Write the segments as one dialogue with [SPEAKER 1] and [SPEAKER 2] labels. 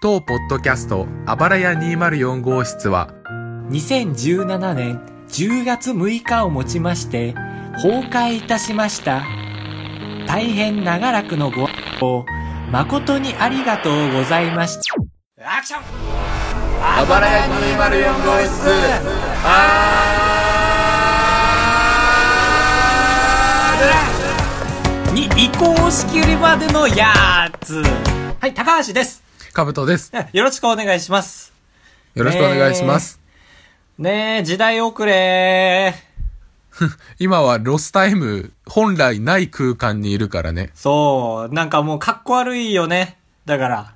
[SPEAKER 1] 当ポッドキャストあばらや204号室は
[SPEAKER 2] 2017年10月6日をもちまして崩壊いたしました大変長らくのごを誠にありがとうございましたアクション
[SPEAKER 1] あばらや204号室
[SPEAKER 2] に移行しきりまでのやつはい高橋です
[SPEAKER 1] かぶとです
[SPEAKER 2] よろしくお願いします
[SPEAKER 1] よろしくお願いします、
[SPEAKER 2] ねえ時代遅れ
[SPEAKER 1] 今はロスタイム本来ない空間にいるからね
[SPEAKER 2] そうなんかもうかっこ悪いよねだから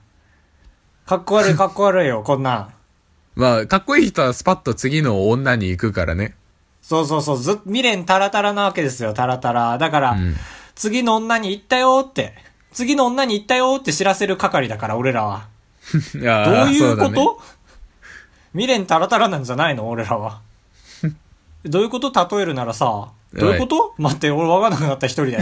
[SPEAKER 2] かっこ悪いかっこ悪いよこんなん
[SPEAKER 1] まあかっこいい人はスパッと次の女に行くからね
[SPEAKER 2] そうそうそう、ずっと未練タラタラなわけですよ、タラタラ。だから、
[SPEAKER 1] ん
[SPEAKER 2] 次の女に行ったよって、次の女に行ったよって知らせる係だから、俺らは。
[SPEAKER 1] どう
[SPEAKER 2] どういうこ
[SPEAKER 1] だね
[SPEAKER 2] と、未練タラタラなんじゃないの俺 らは。どういうこと例えるならさ、どういうこと、待って、俺わかんなくなった一人で。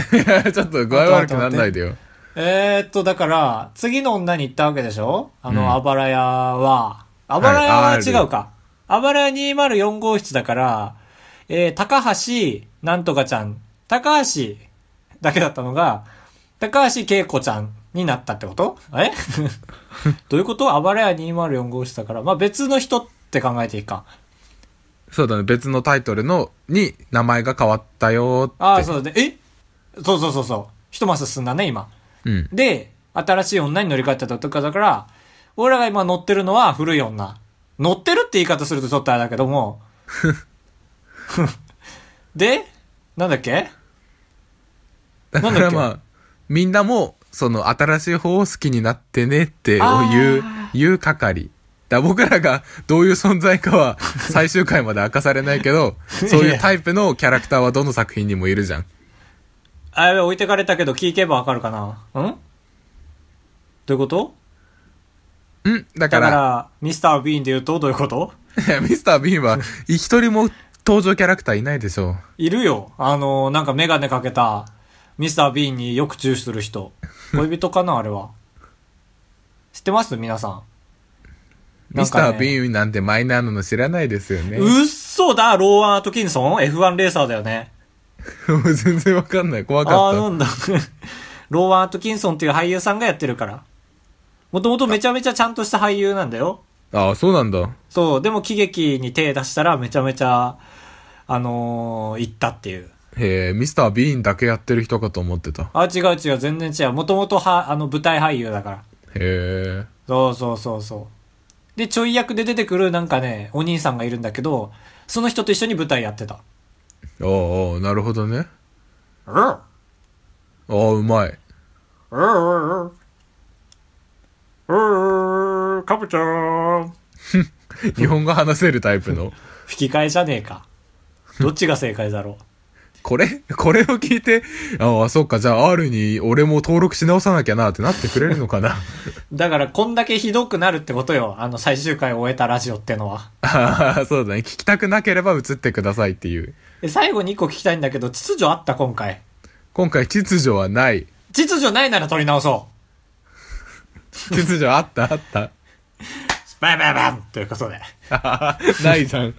[SPEAKER 1] ちょっと具合悪くなんないでよ
[SPEAKER 2] えーっと、だから、次の女に行ったわけでしょあ
[SPEAKER 1] うん
[SPEAKER 2] の、あばら屋は。あばら屋は
[SPEAKER 1] はい
[SPEAKER 2] 違うか。あばら屋204号室だから、えー、高橋、なんとかちゃん、高橋だけだったのが、高橋恵子ちゃんになったってこと えどういうことあばら屋204号室だから、まあ、別の人って考えていいか。
[SPEAKER 1] そうだね別のタイトルのに名前が変わったよーって
[SPEAKER 2] ああ、そうで、えそうそうそうそう。一マス進んだね、今。
[SPEAKER 1] うん
[SPEAKER 2] で、新しい女に乗り換えてたとかだから、俺らが今乗ってるのは古い女。乗ってるって言い方するとちょっとあれだけ ども。で、なんだっけ
[SPEAKER 1] だか
[SPEAKER 2] なんだっ
[SPEAKER 1] ら
[SPEAKER 2] け
[SPEAKER 1] まあ、みんなも、その、新しい方を好きになってねって
[SPEAKER 2] あー
[SPEAKER 1] 言う、言う係。だ僕らがどういう存在か は最終回まで明かされないけど、そういうタイプのキャラクターはどの作品にもいるじゃん。
[SPEAKER 2] あやべ、置いてかれたけど聞けばわかるかな。んどういうこと
[SPEAKER 1] うんだか、
[SPEAKER 2] だからら、ミスター・ビーンで言うとどういうこと
[SPEAKER 1] ミスター・ビーンは一人も登場キャラクターいないでしょ
[SPEAKER 2] いるよ。あの、なんかメガネかけた、ミスター・ビーンによくチューする人。恋人かなあれは。知ってます皆さん。
[SPEAKER 1] う。ミスター・ビ
[SPEAKER 2] ン。
[SPEAKER 1] ーンなんてマイナーなの知らないですよね。
[SPEAKER 2] うっそだローアン・アトキンソン ?F1 レーサーだよね。
[SPEAKER 1] もう全然わかんない。怖
[SPEAKER 2] あ
[SPEAKER 1] か
[SPEAKER 2] あー、
[SPEAKER 1] っ
[SPEAKER 2] なんだ。ローアン・アトキンソンっていう俳優さんがやってるから。もともとめちゃめちゃちゃんとした俳優なんだよ。
[SPEAKER 1] た。ああー、そうなんだ。
[SPEAKER 2] そう、でも喜劇に手出したらめちゃめちゃ、あのー、行ったっていう。
[SPEAKER 1] へえ、ミスター・ビーンだけやってる人かと思ってた。
[SPEAKER 2] あ、違う違う、全然違う。もともとは、あの、舞台俳優だから。
[SPEAKER 1] へえ。
[SPEAKER 2] そうそうそうそう。で、ちょい役で出てくるなんかね、お兄さんがいるんだけど、その人と一緒に舞台やってた。
[SPEAKER 1] おうおうなるほどね。
[SPEAKER 2] うん。うん
[SPEAKER 1] ああ、うまい。
[SPEAKER 2] うんうん。うん、かぶちゃん。
[SPEAKER 1] 日本語話せるタイプの。
[SPEAKER 2] 吹き替えじゃねえか。どっちが正解だろ
[SPEAKER 1] これこれを聞いて、ああ、そっか、じゃあ R に俺も登録し直さなきゃなってなってくれるのかな
[SPEAKER 2] う。だから、こんだけひどくなるってことよ。あの、最終回を終えたラジオってのは。
[SPEAKER 1] ああ、そうだね。聞きたくなければ移ってくださいっていう。
[SPEAKER 2] で最後に一個聞きたいんだけど、秩序あった今回。
[SPEAKER 1] 今回秩序はない。
[SPEAKER 2] 秩序ないなら取り直そう。
[SPEAKER 1] 秩序あった あった。
[SPEAKER 2] バンバンバンということで。
[SPEAKER 1] ないじゃん。